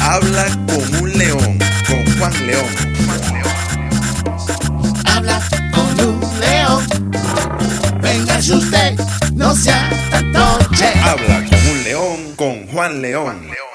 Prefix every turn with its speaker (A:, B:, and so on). A: Habla como un león, con Juan León.
B: Habla con un león. Venga si usted, no sea tan noche.
A: Habla como un león, con Juan León.